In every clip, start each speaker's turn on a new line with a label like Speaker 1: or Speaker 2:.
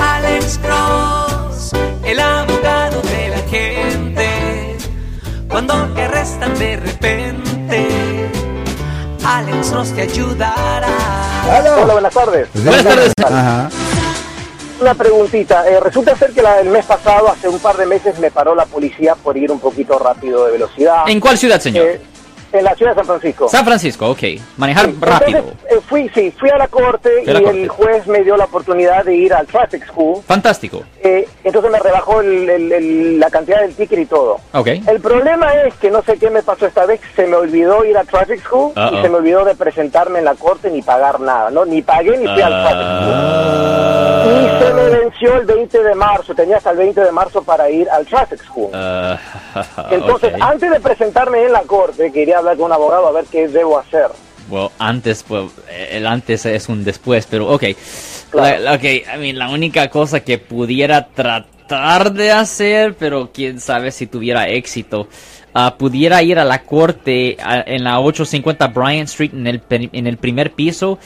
Speaker 1: Alex Cross, el abogado de la gente. Cuando te arrestan de repente, Alex Cross te ayudará.
Speaker 2: Hola, buenas tardes.
Speaker 3: Buenas tardes.
Speaker 4: Ajá.
Speaker 2: Una preguntita. eh, resulta ser que la- el mes pasado, hace un par de meses, me paró la policía por ir un poquito rápido de velocidad.
Speaker 3: ¿En cuál ciudad, señor?
Speaker 2: Eh, en la ciudad de San Francisco.
Speaker 3: San Francisco, ok. Manejar rápido.
Speaker 2: Entonces, eh, fui, sí, fui a la corte
Speaker 3: Fui a la
Speaker 2: y
Speaker 3: corte.
Speaker 2: el juez me dio la oportunidad de ir al Traffic School.
Speaker 3: Fantástico.
Speaker 2: Eh, entonces me rebajó el- el- el- la cantidad del ticket y todo.
Speaker 3: Ok.
Speaker 2: El problema es que no sé qué me pasó esta vez, se me olvidó ir a Traffic School
Speaker 3: Uh-oh.
Speaker 2: y se me olvidó de presentarme en la corte ni pagar nada, ¿no? Ni pagué ni fui al Traffic School.
Speaker 3: Ah.
Speaker 2: Y se me venció el 20 de marzo, tenía hasta el 20 de marzo para ir al Traffic School.
Speaker 3: Ah,
Speaker 2: Entonces,
Speaker 3: ok.
Speaker 2: antes de presentarme en la corte, quería hablar con un abogado a ver qué debo hacer.
Speaker 3: Bueno, antes, pues, el antes es un después, pero ok.
Speaker 2: Claro.
Speaker 3: La, ok, I mean, la única cosa que pudiera tratar de hacer, pero quién sabe si tuviera éxito, ah, pudiera ir a la corte a- en la 850 Bryant Street en el, pe- en el primer piso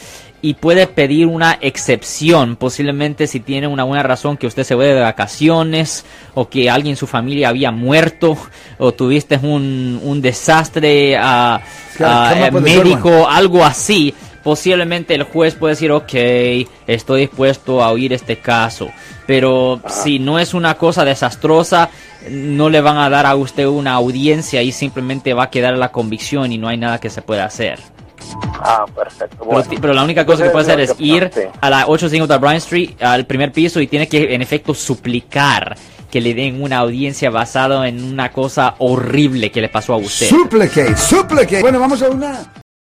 Speaker 3: y puede pedir una excepción, posiblemente si tiene una buena razón que usted se fue de vacaciones o que alguien en su familia había muerto o tuviste un, un desastre ah,
Speaker 4: Come-
Speaker 3: ah,
Speaker 4: come up with a good
Speaker 3: médico o algo así, posiblemente el juez puede decir, ok, estoy dispuesto a oír este caso. Pero si no es una cosa desastrosa, no le van a dar a usted una audiencia y simplemente va a quedar la convicción y no hay nada que se pueda hacer.
Speaker 2: Ah, perfecto.
Speaker 3: Pero,
Speaker 2: Bueno.
Speaker 3: ti- pero la única cosa que puede hacer es ir a la 850 Bryant Street, al primer piso, y tiene que, en efecto, suplicar que le den una audiencia basada en una cosa horrible que le pasó a usted.
Speaker 4: Supplicate, supplicate. Bueno, vamos a una